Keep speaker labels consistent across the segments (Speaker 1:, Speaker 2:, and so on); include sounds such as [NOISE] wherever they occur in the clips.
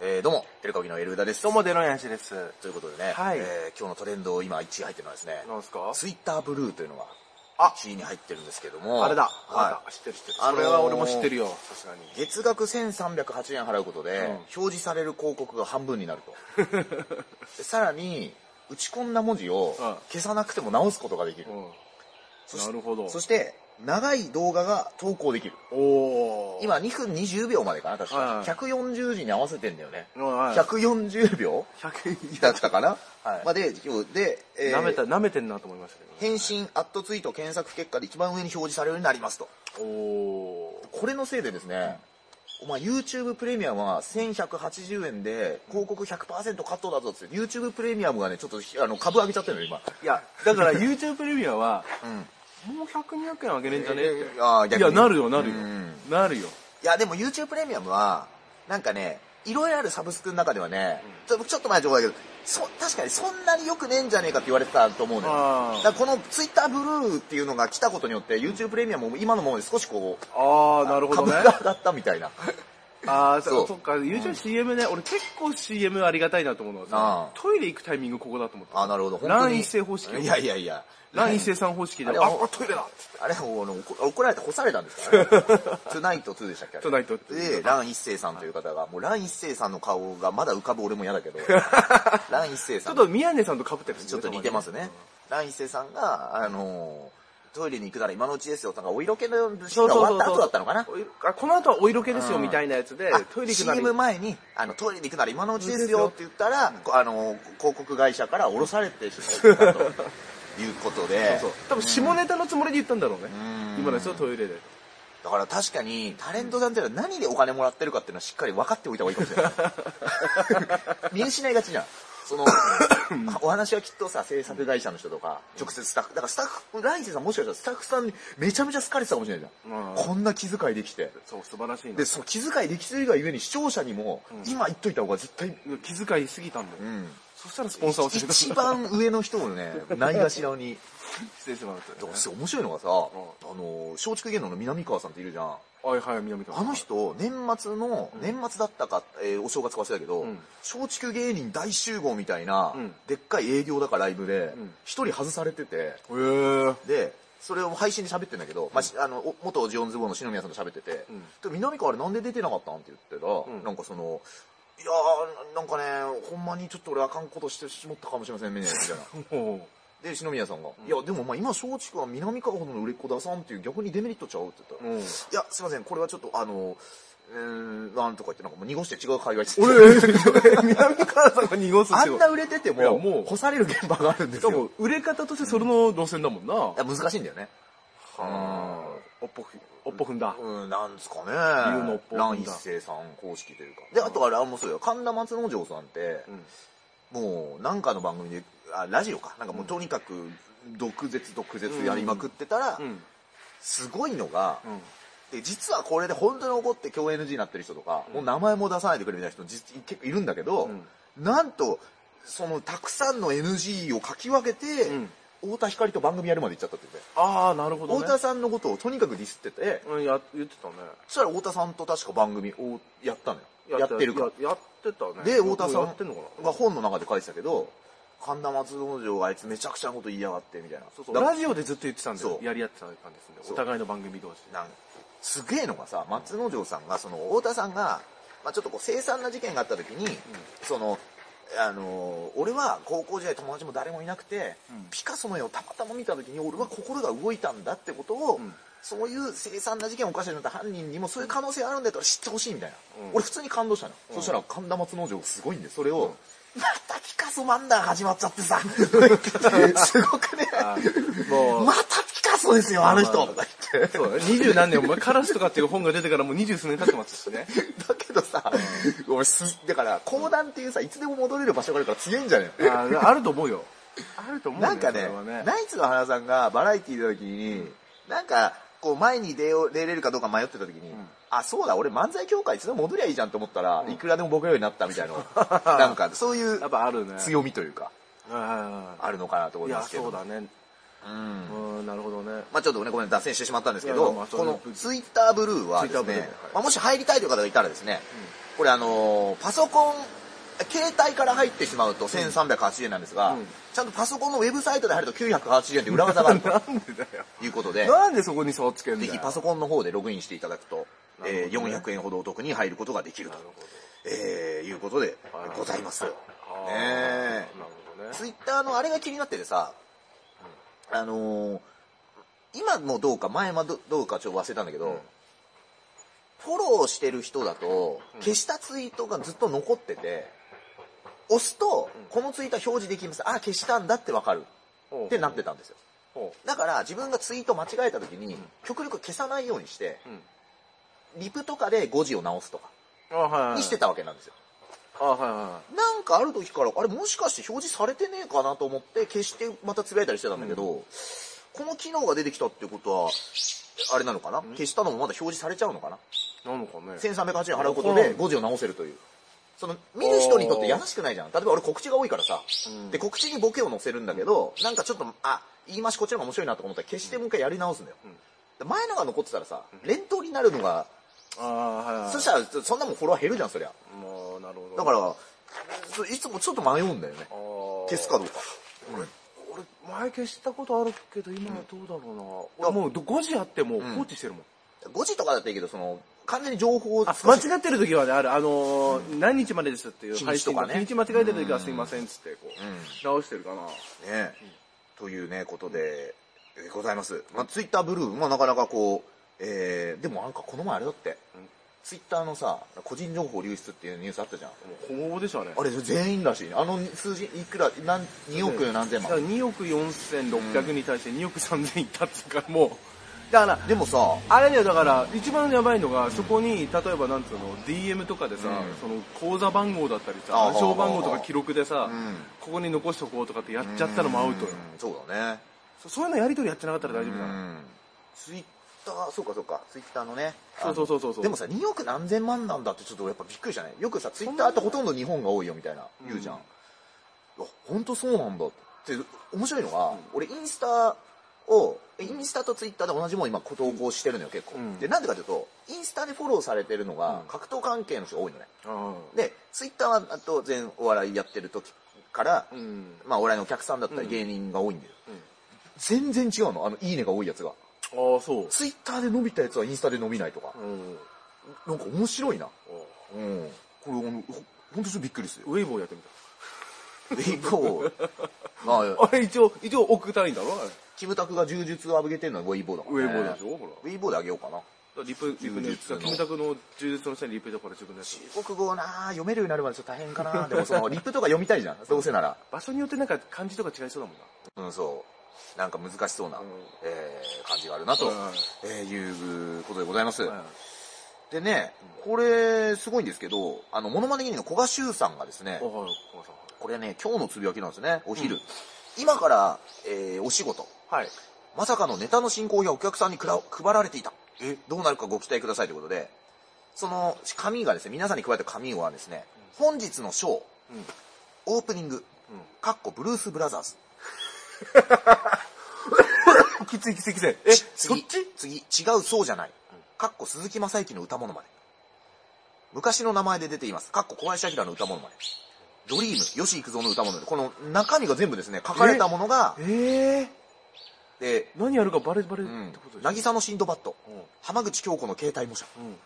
Speaker 1: えー、どうも、エルカギのエルウダです。
Speaker 2: どうも、デロヤンシです。
Speaker 1: ということでね、
Speaker 2: はい
Speaker 1: えー今日のトレンド、今1位入ってるのはですね、
Speaker 2: なんすか
Speaker 1: ツイッターブルーというのが
Speaker 2: あ
Speaker 1: 1位に入ってるんですけども、
Speaker 2: あれだ。
Speaker 1: は
Speaker 2: あれだ知ってる知ってる。
Speaker 1: あのー
Speaker 2: それは俺も知ってるよ、さすがに。
Speaker 1: い。月額1308円払うことで、
Speaker 2: うん
Speaker 1: 表示される広告が半分になると。
Speaker 2: [LAUGHS]
Speaker 1: でさらに、打ち込んだ文字を
Speaker 2: うん
Speaker 1: 消さなくても直すことができる。
Speaker 2: うん。
Speaker 1: し
Speaker 2: なるほど。
Speaker 1: そして、長い動画が投稿できる。
Speaker 2: おー。
Speaker 1: 今2分20秒までかな、確か。
Speaker 2: はいはい
Speaker 1: 140字に合わせてんだよね。
Speaker 2: うん、はい、
Speaker 1: 140秒
Speaker 2: 100
Speaker 1: だったかな、
Speaker 2: はい
Speaker 1: まあで、今日で、えー
Speaker 2: 舐めた、舐めてんなと思いましたけどね。
Speaker 1: 返信、アットツイート、検索結果で一番上に表示されるようになりますと。
Speaker 2: お
Speaker 1: これのせいでですね、まあ、YouTube プレミアムは1180円で広告100%カットだぞっつって、YouTube プレミアムがね、ちょっとあの株上げちゃってるのよ、今。
Speaker 2: ー。いや、だから YouTube プレミアは、
Speaker 1: うん。
Speaker 2: もう100、200円あげねえんじゃねえっ
Speaker 1: えーあー
Speaker 2: て。い
Speaker 1: 逆に
Speaker 2: や、なるよ、なるよ
Speaker 1: うん。
Speaker 2: なるよ。
Speaker 1: いや、でも YouTube プレミアムは、なんかね、いろいろあるサブスクの中ではね、ちょちょっと前の情報だけど、そ、確かにそんなによくねえんじゃねえかって言われてたと思うのよ
Speaker 2: あ。ー
Speaker 1: だからこの Twitter ブルーっていうのが来たことによって、YouTube プレミアムも今のもので少しこう、
Speaker 2: あー、なるほどね。
Speaker 1: 株が上がったみたいな。
Speaker 2: あー、
Speaker 1: そ
Speaker 2: そうそっか、YouTubeCM ね、俺結構 CM ありがたいなと思うのは
Speaker 1: あ
Speaker 2: さ、トイレ行くタイミングここだと思った。
Speaker 1: あ、なるほど。本当に
Speaker 2: 乱一斉方式
Speaker 1: いやいやいや。
Speaker 2: 乱一斉さん方式
Speaker 1: あ
Speaker 2: で、あ、
Speaker 1: れは
Speaker 2: これトイレだ
Speaker 1: あれ、あの怒怒られて干されたんですから、ね、
Speaker 2: [LAUGHS]
Speaker 1: トゥナイト2でしたっけあれ
Speaker 2: トゥナイト2
Speaker 1: で、ラン一世さんという方が、もうラン一世さんの顔がまだ浮かぶ俺も嫌だけ
Speaker 2: [LAUGHS]
Speaker 1: ど、ラン一世
Speaker 2: ち
Speaker 1: さ
Speaker 2: ょ
Speaker 1: ん
Speaker 2: っ、と宮根さんと被ってるんですね
Speaker 1: ちょっと似てますね。ラン一世さんが、あのートイレに行くなら今のうちですよ。なんかお色気のシー
Speaker 2: そ
Speaker 1: ン
Speaker 2: う
Speaker 1: が終
Speaker 2: そうそ
Speaker 1: わ
Speaker 2: う
Speaker 1: った
Speaker 2: そう
Speaker 1: 後だったのかな。
Speaker 2: お色あこの後はお色気ですよ
Speaker 1: うん
Speaker 2: みたいなやつで
Speaker 1: あ、
Speaker 2: トイレ行くな
Speaker 1: CM
Speaker 2: り
Speaker 1: 前にあのトイレに行くなら今のうちですよって言ったら、こあのー広告会社から降ろされてしまったということで
Speaker 2: そう多分下ネタのつもりで言ったんだろうね
Speaker 1: うん
Speaker 2: 今の人はトイレで
Speaker 1: だから確かにタレントさんっていうのは何でお金もらってるかっていうのはしっかり分かっておいた方がいいかもしれ
Speaker 2: [LAUGHS]
Speaker 1: ない見失いがちじゃんそのお話はきっとさ制作会社の人とか直接スタッフだからスタッフライセンさんもしかしたらスタッフさんにめちゃめちゃ好かれてたかもしれないじゃん、
Speaker 2: うん
Speaker 1: こんな気遣いできて
Speaker 2: そう素晴らしいな
Speaker 1: でその気遣いできてるがゆえに視聴者にも、今言っといた方が絶対
Speaker 2: 気遣いすぎたんだよ
Speaker 1: うん
Speaker 2: そしたらスポンサーを忘れた
Speaker 1: 一番上の人をねないがしろ
Speaker 2: [LAUGHS]
Speaker 1: に
Speaker 2: 失礼してもらっ
Speaker 1: で
Speaker 2: た
Speaker 1: もすごい面白いのがさ、あの松竹芸能の南川さんっているじゃん
Speaker 2: はいはい南川
Speaker 1: あの人、年末の、年末だったか、えーお正月か忘れたけど
Speaker 2: ん、
Speaker 1: 松竹芸人大集合みたいな
Speaker 2: うん、
Speaker 1: でっかい営業だからライブで
Speaker 2: うん、
Speaker 1: 一人外されてて、
Speaker 2: へー
Speaker 1: で、それを配信で喋ってんだけど、まあし、あの、お元ジオンズボーの篠宮さんと喋ってて
Speaker 2: うん、
Speaker 1: で、南川あれなんで出てなかったんって言ったら
Speaker 2: う、ん
Speaker 1: なんかその、いやー、なんかね、ほんまにちょっと俺あかんことしてしまったかもしれませんね、み
Speaker 2: [LAUGHS]
Speaker 1: たいな。
Speaker 2: も
Speaker 1: で、篠宮さんが、いや、でもまあ今松竹は南川ほどの売れっ子出さんっていう逆にデメリットちゃうって言ったら
Speaker 2: う、もう
Speaker 1: いや、すいません、これはちょっと、あの、うーん、なんとか言って、なんかもう濁して違う会話して。 [LAUGHS]
Speaker 2: 俺南川さんが濁す
Speaker 1: あ
Speaker 2: 仕
Speaker 1: ん
Speaker 2: 事
Speaker 1: な売れてて
Speaker 2: いや
Speaker 1: も、
Speaker 2: もう
Speaker 1: 干される現場があるんで
Speaker 2: し
Speaker 1: す
Speaker 2: か
Speaker 1: よ。
Speaker 2: も売れ方としてそれの路線だもんない
Speaker 1: や難しいんだよね。
Speaker 2: あーおっぽくおっぽ踏んだ
Speaker 1: うん、なんですかね。
Speaker 2: うのっぽいんだ
Speaker 1: 乱一世さん公式というか。で、あとあれ、あもうそうよ。神田松之丞さんって、もう、なんかの番組で、あ、ラジオか。なんかもう、とにかく、毒舌毒舌やりまくってたら、
Speaker 2: うん
Speaker 1: すごいのが、
Speaker 2: うん
Speaker 1: で、実はこれで本当に怒って共 NG になってる人とか、もう名前も出さないでくれみたいな人実結構いるんだけど、なんと、そのたくさんの NG をかき分けて、
Speaker 2: うん
Speaker 1: 太田光と番組やるまで行っちゃったって言って、
Speaker 2: ああなるほど
Speaker 1: 太
Speaker 2: ね
Speaker 1: 田さんのことをとにかくディスってて、
Speaker 2: うんや言ってたね
Speaker 1: そしたら太田さんと確か番組をやったのよ。やってるから。
Speaker 2: ややってたね
Speaker 1: で、太田さ
Speaker 2: やってんのか
Speaker 1: ん
Speaker 2: な
Speaker 1: が本の中で書いてたけど、神田松之丞があいつめちゃくちゃなこと言いやがって、みたいな。
Speaker 2: そうそう
Speaker 1: だから
Speaker 2: ラジオでずっと言ってたんで
Speaker 1: そう
Speaker 2: やり合ってた感じですね
Speaker 1: そう
Speaker 2: お互いの番組同士で
Speaker 1: なんすげえのがさ、松之丞さんが、その、太田さんが、まあちょっとこう、凄惨な事件があった時に、その、あのー俺は高校時代友達も誰もいなくて、
Speaker 2: うん
Speaker 1: ピカソの絵をたまたま見た時に俺は心が動いたんだってことを、
Speaker 2: うん
Speaker 1: そういう凄惨な事件を犯してしまった犯人にもそういう可能性あるんだったら知ってほしいみたいな、
Speaker 2: うん
Speaker 1: 俺普通に感動したの、
Speaker 2: ん
Speaker 1: そしたら神田松之丞すごいんでそれを、またピカソ漫談始まっちゃって
Speaker 2: [LAUGHS]
Speaker 1: さすごくね
Speaker 2: あ
Speaker 1: [LAUGHS]
Speaker 2: ーもう
Speaker 1: またピカソですよあの人
Speaker 2: まあ
Speaker 1: とか言って
Speaker 2: そうだね [LAUGHS] 二十何年お前カラスとかっていう本が出てからもう二十数年経ってますしね
Speaker 1: だけどさ、俺す、だから、講談っていうさ、いつでも戻れる場 [LAUGHS] 所があるから強いんじゃね
Speaker 2: あーあると思うよあると思う
Speaker 1: なんか
Speaker 2: そ
Speaker 1: ね
Speaker 2: れは、
Speaker 1: ナイツの花さんがバラエティーの時に、なんか、こう前に出よう出れるかどうか迷ってた時に、
Speaker 2: ん
Speaker 1: あ、そうだ、俺漫才協会いつでも戻りゃいいじゃんと思ったら、いくらでも僕ようになったみたいな、
Speaker 2: [LAUGHS]
Speaker 1: なんか、そういう
Speaker 2: やっぱあるね
Speaker 1: 強みというか、
Speaker 2: あ
Speaker 1: あるのかなと思
Speaker 2: い
Speaker 1: いま
Speaker 2: や
Speaker 1: すけど。
Speaker 2: そうだね
Speaker 1: うん
Speaker 2: うんなるほどね
Speaker 1: まあちょっとね、ごめん、脱線してしまったんですけ
Speaker 2: い
Speaker 1: ど、
Speaker 2: やまあそ
Speaker 1: こ
Speaker 2: れ
Speaker 1: のツイッターブルーはです
Speaker 2: Twitter ブル
Speaker 1: ね
Speaker 2: ーはい、
Speaker 1: まあもし入りたいという方がいたらですね、これあのーパソコン携帯から入ってしまうと1380円なんですが、
Speaker 2: うん
Speaker 1: ちゃんとパソコンのウェブサイトで入ると980円という裏技があると
Speaker 2: なんでだよ。
Speaker 1: いうことで、
Speaker 2: [LAUGHS] なんでそこに差をつけんだ
Speaker 1: ぜ
Speaker 2: よ。
Speaker 1: ひパソコンの方でログインしていただくと、
Speaker 2: な
Speaker 1: え
Speaker 2: る
Speaker 1: ー
Speaker 2: ほどね
Speaker 1: 400円ほどお得に入ることができる
Speaker 2: な
Speaker 1: と
Speaker 2: る、ほど
Speaker 1: えーいうことでございます。ね
Speaker 2: あ
Speaker 1: え。
Speaker 2: ーなるほどね。
Speaker 1: ツイッターのあれが気になっててさ、あのー今もどうか前もどどうかちょっと忘れたんだけど、
Speaker 2: うん
Speaker 1: フォローしてる人だと
Speaker 2: うん
Speaker 1: 消したツイートがずっと残ってて押すと
Speaker 2: うん
Speaker 1: このツイートは表示できますあ消したんだってわかる
Speaker 2: ほう
Speaker 1: ってなってたんですよ
Speaker 2: ほ
Speaker 1: だから自分がツイート間違えた時に極力消さないようにして
Speaker 2: ううん。
Speaker 1: リプとかで誤字を直すとか
Speaker 2: あはいはい。
Speaker 1: にしてたわけなんですよ
Speaker 2: あはいは。
Speaker 1: なんかある時から、あれもしかして表示されてねえかなと思って、消してまたつぶやいたりしてたんだけど、この機能が出てきたってことは、あれなのかな、消したのもまだ表示されちゃうのかない
Speaker 2: なのかね。
Speaker 1: ?1380 円払うこと
Speaker 2: そうな
Speaker 1: で
Speaker 2: んだ
Speaker 1: 5時を直せるという。その、見る人にとって優しくないじゃん。例えば俺告知が多いからさ、
Speaker 2: うん
Speaker 1: で、告知にボケを載せるんだけど、なんかちょっと、あ、言い回しこっちの方が面白いなとか思ったら消してもう一回やり直すんだよ。
Speaker 2: ん
Speaker 1: で前のが残ってたらさ、連投になるのが、
Speaker 2: あはいはい。
Speaker 1: そしたらそんなもんフォロワー減るじゃん、そりゃ。
Speaker 2: もうなるほど。
Speaker 1: だから、そいつもちょっと迷うんだよね。消すかどうか。
Speaker 2: 俺前消したことあるけど今はどうだろうな、俺もう5時あってもう放置してるもん、
Speaker 1: 5時とかだったらいいけど、その、完全に情報を
Speaker 2: あ間違ってる時はねあるあのー何日までですっていう
Speaker 1: 日
Speaker 2: 配
Speaker 1: にちと
Speaker 2: 信
Speaker 1: か
Speaker 2: が
Speaker 1: ね
Speaker 2: 日にち間違えてる時はすいませんっつってこう、
Speaker 1: うん
Speaker 2: 直してるかな
Speaker 1: ね、というね、ことで、えーございます。まあ、ツイッターブルー、まあ、なかなかこう、えー、でもなんかこの前あれだって、
Speaker 2: ん
Speaker 1: ツイッターのさ、個人情報流出っていうニュースあったじゃん。
Speaker 2: ほぼほぼでしょあれ
Speaker 1: あれ、全員らしいね。あの数字、いくら、なん2億何千
Speaker 2: だから
Speaker 1: 万。
Speaker 2: 2億4600に対して2億3000いったっつうからもうだから
Speaker 1: でもさ、
Speaker 2: あれねだから一番やばいのがそこに例えばなんつうの DM とかでさ、
Speaker 1: うん
Speaker 2: その口座番号だったりさ
Speaker 1: あ
Speaker 2: 暗証番号とか記録でさ、
Speaker 1: うん
Speaker 2: ここに残しとこうとかってやっちゃったらもうアウトよ、
Speaker 1: うんそうだね。
Speaker 2: そそういうのやり取りやってなかったら大丈夫だ、
Speaker 1: ツイッター、そうかそうか、ツイッターのね。
Speaker 2: そうそうそうそうそう
Speaker 1: でもさ、2億何千万なんだってちょっとやっぱびっくりじゃないよくさ、ツイッターってほとんど日本が多いよみたいな言うじゃん。いや、ほんとそうなんだって。面白いのが、俺インスタを、インスタとツイッターで同じもん今投稿してるのよ結構。
Speaker 2: うん
Speaker 1: で、なんでかというと、インスタでフォローされてるのが
Speaker 2: うん
Speaker 1: 格闘関係の人が多いのね。
Speaker 2: あ
Speaker 1: で、ツイッターは当然お笑いやってる時から、
Speaker 2: あうん
Speaker 1: まあお笑いのお客さんだったり
Speaker 2: うん
Speaker 1: 芸人が多いんだよ。
Speaker 2: うん
Speaker 1: 全然違うの、あの、いいねが多いやつが。
Speaker 2: ああそう
Speaker 1: ツイッターで伸びたやつはインスタで伸びないとか、
Speaker 2: うん
Speaker 1: なんか面白いな。うん。これ、あの、ほほんとちょっとびっくりするよ。
Speaker 2: ウェイボーやってみ
Speaker 1: 一方、まあ、
Speaker 2: たあれ一応一応億単位だろあれ
Speaker 1: キムタクが柔術を上げてるのはウェイボーだから、ね。
Speaker 2: ウェイボーでしょほら
Speaker 1: ウェイボーで上げようかな。
Speaker 2: リプリプのや
Speaker 1: 柔
Speaker 2: つ
Speaker 1: 術の
Speaker 2: キムタクの充実の下にリプだから自分のやつ
Speaker 1: 中国語な読めるようになるまでちょっと大変かな。でもその、リップとか読みたいじゃん。どうせなら。
Speaker 2: 場所によってなんか漢字とか違いそうだもんな
Speaker 1: うん、そう。なんか難しそうな、
Speaker 2: ん
Speaker 1: えー感じがあるなと、
Speaker 2: はい
Speaker 1: えーいうことでございます。
Speaker 2: はい
Speaker 1: でね、これ、すごいんですけど、あの、モノマネ芸人の古賀修さんがですね
Speaker 2: あ、はい小川さん
Speaker 1: これね、今日のつぶやきなんですね、お昼。今から、えーお仕事。
Speaker 2: はいはい
Speaker 1: まさかのネタの進行表がお客さんにくら配られていた。
Speaker 2: え
Speaker 1: どうなるかご期待くださいということで、その紙がですね、皆さんに配られた紙はですね、本日のショー、
Speaker 2: うん
Speaker 1: オープニング、かっこブルース・ブラザーズ。
Speaker 2: [LAUGHS] きついきついきついえそっ
Speaker 1: 次、
Speaker 2: ち
Speaker 1: 次、違うそうじゃない。かっこ鈴木正幸の歌物まで。昔の名前で出ています。かっこ小林明の歌物まで。ドリーム、吉幾三の歌物まで。この中身が全部ですね、書かれたものが、
Speaker 2: ええ
Speaker 1: で、
Speaker 2: 何やるかバレバレっ
Speaker 1: うん
Speaker 2: てこと、でしょ
Speaker 1: 渚のシンドバッド、
Speaker 2: うん
Speaker 1: 浜口京子の携帯模写、
Speaker 2: うん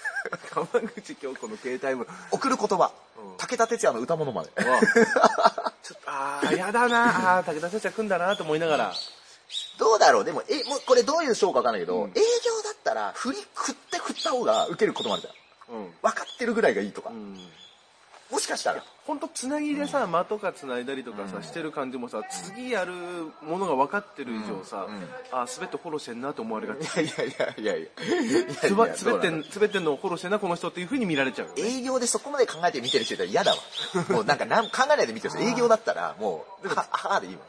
Speaker 2: [LAUGHS] 川口京子の携 [LAUGHS] 帯も
Speaker 1: 送る言葉、
Speaker 2: うん
Speaker 1: 武田鉄矢の歌物まで。
Speaker 2: わちょっと、ああ、やだなあー武田先生来んだなと思いながら。
Speaker 1: どうだろうでも、え、もうこれどういう賞かわかんないけど、
Speaker 2: うん
Speaker 1: 営業だったら、振り食って食った方が受けることもあるじゃん。
Speaker 2: うん。
Speaker 1: 分かってるぐらいがいいとか。
Speaker 2: うん。
Speaker 1: もしかしたら。
Speaker 2: ほんと、つなぎでさ、間とかつないだりとかさ、してる感じもさ、次やるものが分かってる以上さ、あー、滑ってフォローしてんなと思われがち。
Speaker 1: いやいやいやいやいや。
Speaker 2: つば滑って
Speaker 1: ん
Speaker 2: ん、滑ってんのをフォローしてんな、この人っていう風に見られちゃうよね。
Speaker 1: 営業でそこまで考えて見てる人いたら嫌だ
Speaker 2: [LAUGHS]
Speaker 1: わ。もうなんかなん考えないで見てる人、営業だったらもう、は、はーでいいわ。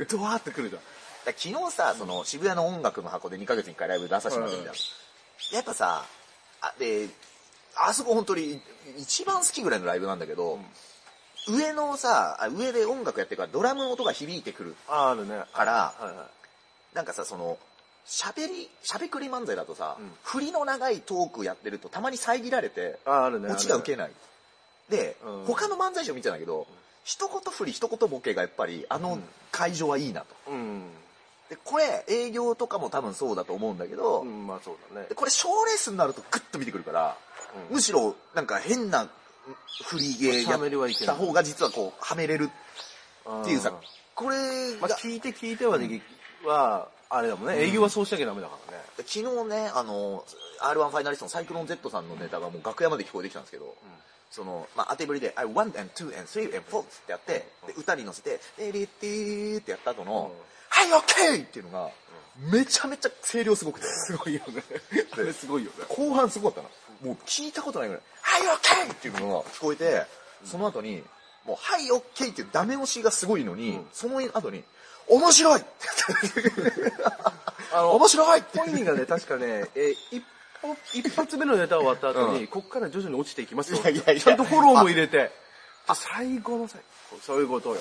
Speaker 1: だか
Speaker 2: ドワーってくるじゃん。
Speaker 1: ら昨日さ、その渋谷の音楽の箱で2ヶ月に1回ライブ出させてもらってるじゃん
Speaker 2: は。
Speaker 1: やっぱさ、あ、で、あそこ本当に一番好きぐらいのライブなんだけど、上のさ、あ上で音楽やってるからドラムの音が響いてくる
Speaker 2: あー、あるね。
Speaker 1: から、
Speaker 2: はいはい。
Speaker 1: なんかさ、その、喋り、喋くり漫才だとさ、振りの長いトークやってるとたまに遮られて、
Speaker 2: ああるね
Speaker 1: オチが受け
Speaker 2: る
Speaker 1: ない。で、
Speaker 2: うん
Speaker 1: 他の漫才師を見てたんだけど、一言振り一言ボケがやっぱりあの会場はいいなと。
Speaker 2: うん、
Speaker 1: で、これ営業とかも多分そうだと思うんだけど、
Speaker 2: うん、まあそうだね
Speaker 1: でこれ賞レースになるとグッと見てくるから、
Speaker 2: うん
Speaker 1: むしろなんか変な振りゲーや
Speaker 2: 収めりはい
Speaker 1: っ
Speaker 2: けない
Speaker 1: た方が実はこうはめれるっていうさ
Speaker 2: ん
Speaker 1: これ
Speaker 2: ま
Speaker 1: が
Speaker 2: あ、聞いて聞いてはでき、はあれだもんね営業はそうしなきゃダメだからね
Speaker 1: 昨日ねあの r 1ファイナリストのサイクロン Z さんのネタがもう楽屋まで聞こえてきたんですけど、そのまあ、当てぶりで「I one and two and three and four」ってやってで歌に乗せて「レリティー」ってやった後の「はいオッケー!」っていうのがめちゃめちゃ声量すごくて
Speaker 2: すごいよねあれすごいよね
Speaker 1: 後半すごかったなもう聞いたことないぐらい「はいオッケー!」っていうのが聞こえてその後に「もうはいオッケー!」っていうダメ押しがすごいのに、その後に「面
Speaker 2: [LAUGHS]
Speaker 1: 白い!」
Speaker 2: あの
Speaker 1: 面白いって
Speaker 2: 本人がね確かね、 [LAUGHS] えー一歩一発目のネタ終わった後に、こっから徐々に落ちていきますよ
Speaker 1: いやいやいや
Speaker 2: ちゃんとフォローも入れてあ最後の最後そういうことよ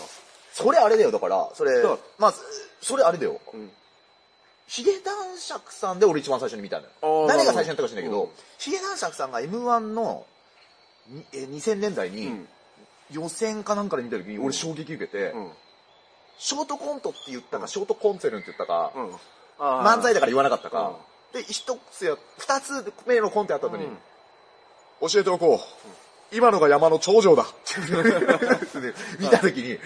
Speaker 1: それあれだよだからそれ
Speaker 2: そう
Speaker 1: まあそれあれだよ、
Speaker 2: ん
Speaker 1: ヒゲ男爵さんで俺一番最初に見たの
Speaker 2: あ
Speaker 1: よ
Speaker 2: ー
Speaker 1: 誰が最初にやったか知んないけど、
Speaker 2: うん
Speaker 1: ヒゲ男爵さんが m 1のにえー2000年代
Speaker 2: う
Speaker 1: に予選かなんかで見た時に俺衝撃受けて、
Speaker 2: うん
Speaker 1: ショートコントって言ったか、ショートコンセルンって言ったか、
Speaker 2: うんあー
Speaker 1: 漫才だから言わなかったか、で一つや二つ目のコントやった後に、
Speaker 2: うん
Speaker 1: 教えておこう今のが山の頂上だ [LAUGHS] 見た時に、
Speaker 2: はい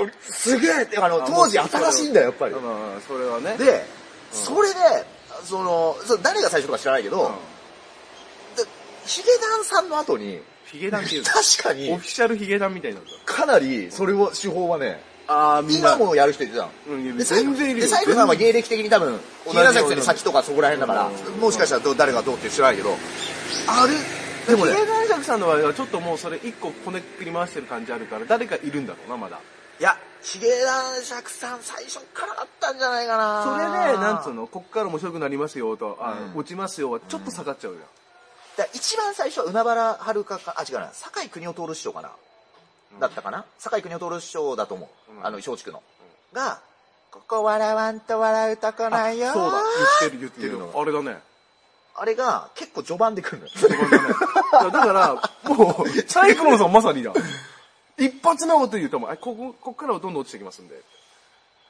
Speaker 1: 俺すげえってあの
Speaker 2: あ
Speaker 1: 当時
Speaker 2: もう
Speaker 1: 新しいんだよやっぱり
Speaker 2: まあまあまあそれはね
Speaker 1: で、それでそのそう誰が最初か知らないけど、
Speaker 2: うん
Speaker 1: でヒゲダンさんの後に
Speaker 2: ヒゲダンっていうの
Speaker 1: 確かに
Speaker 2: オフィシャルヒゲダンみたいになった
Speaker 1: かなりそれを手法はね
Speaker 2: ああ
Speaker 1: 今もやる人いてたの
Speaker 2: うんいる
Speaker 1: で最後
Speaker 2: 全然いるよ
Speaker 1: で最後さんは芸歴的に多分
Speaker 2: 同
Speaker 1: ヒ
Speaker 2: じ
Speaker 1: ゲダンさんより先とかそこら辺だから
Speaker 2: うん
Speaker 1: もしかしたらどう誰がどうって知らないけどあれでも
Speaker 2: ヒ
Speaker 1: ね
Speaker 2: ゲ大作さんの場合はちょっともうそれ一個こねくり回してる感じあるから誰かいるんだろうなまだ
Speaker 1: いやヒゲダン爵さん最初からだったんじゃないかな
Speaker 2: それでなんつうのこっから面白くなりますよとあ
Speaker 1: うん
Speaker 2: 落ちますよはちょっと下がっちゃうよ
Speaker 1: だから一番最初は海原遥かかあ違うな酒井邦夫徹師匠かな、だったかな酒井邦夫徹師匠だと思う、
Speaker 2: うん
Speaker 1: あの松竹の、が「ここ笑わんと笑うとこ
Speaker 2: あ
Speaker 1: ないよ」
Speaker 2: そうだ言ってる言って
Speaker 1: ってい
Speaker 2: る
Speaker 1: うのが
Speaker 2: あれだね
Speaker 1: あれが結構序盤で来るのよ
Speaker 2: 序盤だねいやだからもうサイクロンさんまさにだ一発目のこと言うともうあこここっからはどんどん落ちてきますんで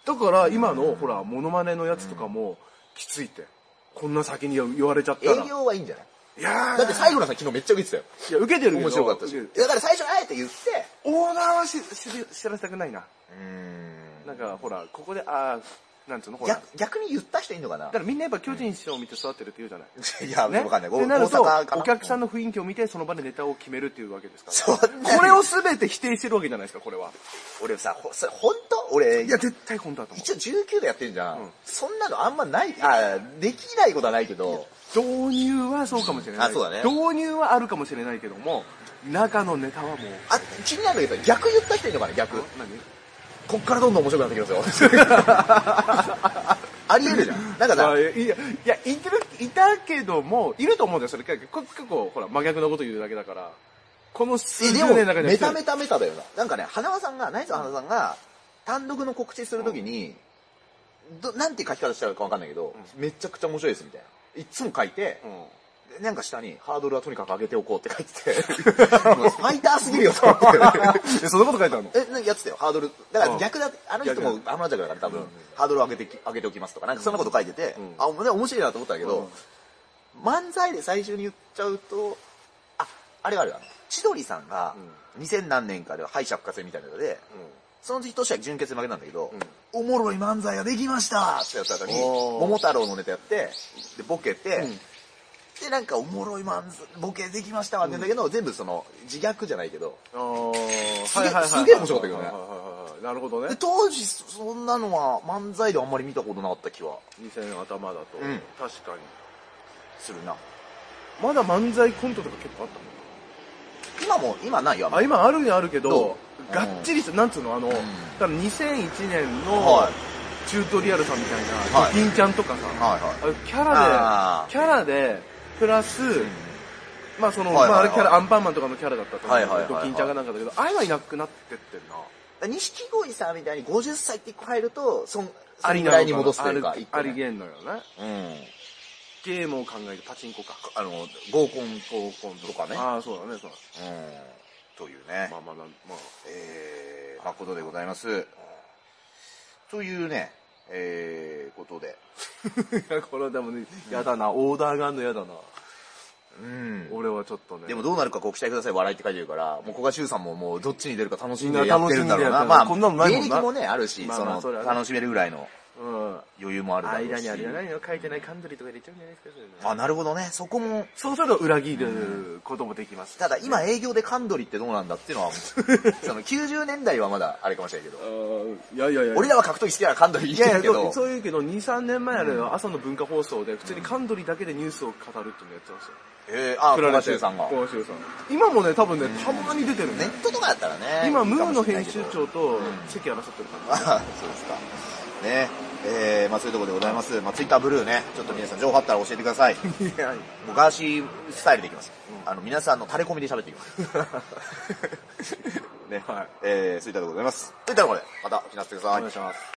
Speaker 2: だから今のほらモノマネのやつとかもきついってこんな先に言われちゃったら
Speaker 1: 営業はいいんじゃない
Speaker 2: いやー
Speaker 1: だって最後のさ昨日めっちゃ受けてたよ
Speaker 2: いや受けてるけど
Speaker 1: 面白かったしだから最初あえて言って
Speaker 2: オーナーはし知り知らせたくないな。
Speaker 1: うー
Speaker 2: なんか、ほら、ここで、あーなんつうの、ほ
Speaker 1: ん
Speaker 2: ら。だ
Speaker 1: 逆逆に言った人いいのかな
Speaker 2: からみんなやっぱ巨人師匠を見て育ってるって言うじゃない。
Speaker 1: いや、
Speaker 2: ね。
Speaker 1: わかんない
Speaker 2: ってなると、
Speaker 1: 大阪かな
Speaker 2: お客さんの雰囲気を見て、その場でネタを決めるっていうわけですか
Speaker 1: そんな
Speaker 2: ら。
Speaker 1: に
Speaker 2: これを全て否定してるわけじゃないですか、これは。
Speaker 1: 俺さほそれ本当俺
Speaker 2: いや、絶対本当だと思
Speaker 1: 一応19でやってんじゃん、
Speaker 2: うん
Speaker 1: そんなのあんまないあできないことはないけど
Speaker 2: う。導入はそうかもしれない。
Speaker 1: あそうだね
Speaker 2: 導入はあるかもしれないけども、中のネタはもう、
Speaker 1: あ気になるんだけど逆言った人いるのかな逆
Speaker 2: 何
Speaker 1: こっからどんどん面白くなってきますよ [LAUGHS] ありえるじゃんなんか
Speaker 2: ま
Speaker 1: さ
Speaker 2: あ、いや、いや、いてる、いたけども、いると思うんだよ、それ。結構、結構ほら、真逆のこと言うだけだから。この数
Speaker 1: え
Speaker 2: 十
Speaker 1: で
Speaker 2: 年
Speaker 1: も
Speaker 2: の中で。
Speaker 1: メタメタメタだよななんかね花輪さんがナイツの花輪さんが単独の告知するときにどなんて書き方したかわかんないけど、めちゃくちゃ面白いですみたいないっつも書いて、
Speaker 2: うん。
Speaker 1: でなんか下にハードルはとにかく上げておこうって書いて [LAUGHS] てもうファイターすぎるよと思って
Speaker 2: え、そんなこと書いてあるの
Speaker 1: え、なんかやってたよ、ハードル。だか
Speaker 2: う
Speaker 1: ら
Speaker 2: ん
Speaker 1: 逆だ、あの人もアムラジャクだから多分、
Speaker 2: うん
Speaker 1: ハードルを上げてき、上げておきますとか、なんかそんなこと書いてて、
Speaker 2: うん
Speaker 1: あ、お前面白いなと思ったけど、漫才で最初に言っちゃうと、あ、あれはあるわ。千鳥さんが、2000何年かで敗者復活戦みたいなので、その時としては準決負けなんだけど、おもろい漫才ができましたってやった後に、
Speaker 2: おー
Speaker 1: 桃太郎のネタやって、で、ボケて、
Speaker 2: うん
Speaker 1: で、なんかおもろい漫才、ボケできましたわって言うんだけど、全部その、自虐じゃないけど、
Speaker 2: あー
Speaker 1: すげ
Speaker 2: はいはいはい
Speaker 1: すげえ面白かったけどね
Speaker 2: はいはいはいはいなるほど
Speaker 1: で
Speaker 2: ね。
Speaker 1: 当時そんなのは漫才であんまり見たことなかった気は
Speaker 2: 2000の頭だと、
Speaker 1: うん
Speaker 2: 確かに。
Speaker 1: するな
Speaker 2: まだ漫才コントとか結構あったもん
Speaker 1: 今も今ないよあんま
Speaker 2: あ、
Speaker 1: り
Speaker 2: 今あるにはあるけど
Speaker 1: ど、う
Speaker 2: がっちりした、なんつうの、あの、多分2001年の
Speaker 1: はい
Speaker 2: チュートリアルさんみたいな、
Speaker 1: はい
Speaker 2: 銀ちゃんとかさ、
Speaker 1: はいはい
Speaker 2: あのキャ
Speaker 1: あ
Speaker 2: ラ
Speaker 1: ー
Speaker 2: で、キャラで、プラス、まあその、
Speaker 1: はいはいはい
Speaker 2: まああれキャラ、アンパンマンとかのキャラだったと思うけど、
Speaker 1: はいはいはいはい
Speaker 2: ドキンちゃんがなんかだけど、ああいうのはいなくなってってんな。
Speaker 1: から錦鯉さんみたいに50歳って1個入ると、そん、そ
Speaker 2: あ
Speaker 1: ん
Speaker 2: り
Speaker 1: ぐ
Speaker 2: な
Speaker 1: ら
Speaker 2: のか
Speaker 1: いに戻すというか、
Speaker 2: あり
Speaker 1: 一個
Speaker 2: あ
Speaker 1: ね
Speaker 2: りげんのよね。
Speaker 1: うん。
Speaker 2: ゲームを考えるパチンコか。
Speaker 1: あの、合コン
Speaker 2: 合コン
Speaker 1: とかね。
Speaker 2: ああ、そうだね、そうだ
Speaker 1: うん。というね
Speaker 2: ね。ま。あまあまあ、まあ。 [LAUGHS]
Speaker 1: えー、誠でございます。というね、えー、ことで。
Speaker 2: いや、これはでもね、やだな、オーダーがあんのやだな。
Speaker 1: うん。
Speaker 2: 俺はちょっとね。
Speaker 1: でもどうなるかご期待ください、笑いって書いてるから、もう古賀修さんももうどっちに出るか楽しんでやってるんだろう
Speaker 2: いや楽しんでやって
Speaker 1: な。
Speaker 2: る
Speaker 1: まあ、
Speaker 2: こんなのないもんな
Speaker 1: 芸歴もね、あるし、
Speaker 2: まあまあ
Speaker 1: そ
Speaker 2: それ
Speaker 1: の、
Speaker 2: はね
Speaker 1: 楽しめるぐらいの
Speaker 2: うん。
Speaker 1: 余裕もあるだろうし。
Speaker 2: 間にあれじゃないの書いてないカンドリとか入れちゃうんじゃないですか、それね
Speaker 1: あ、なるほどね。そこも、
Speaker 2: そうすると裏切ることもできます。
Speaker 1: ただ今営業でカンドリってどうなんだっていうの
Speaker 2: [LAUGHS]
Speaker 1: は、その90年代はまだあれかもしれないけど
Speaker 2: あ、ー、いやいやいや。
Speaker 1: 俺らは格闘技好きならカンドリ
Speaker 2: い
Speaker 1: 言って
Speaker 2: や
Speaker 1: る
Speaker 2: い
Speaker 1: け
Speaker 2: や
Speaker 1: ど
Speaker 2: そう、そういうけど、2、3年前あれよ、朝の文化放送で、普通にカンドリだけでニュースを語るっていうのやってましたよ。
Speaker 1: えー、あ、古賀修さんが。
Speaker 2: 小賀修さん。今もね、多分ね、たまに出てる
Speaker 1: ネ
Speaker 2: ね。
Speaker 1: ットとかだったらね。
Speaker 2: 今、
Speaker 1: いい
Speaker 2: ム
Speaker 1: か
Speaker 2: ー
Speaker 1: も
Speaker 2: の
Speaker 1: しれない
Speaker 2: 編
Speaker 1: けど
Speaker 2: 集長と席争ってる感
Speaker 1: あ [LAUGHS] そうですか。ね。えー、まあそういうところでございます。まあツイッターブルーね、ちょっと皆さん情報あったら教えてください。も
Speaker 2: じ。いや、
Speaker 1: うガーシースタイルでいきます。あの、皆さんの垂れ込みで喋っていきます。ね。
Speaker 2: はい
Speaker 1: えー、そういったところでございます。といったところで、またお聞きなさってくだ
Speaker 2: お
Speaker 1: さい
Speaker 2: 願い。します。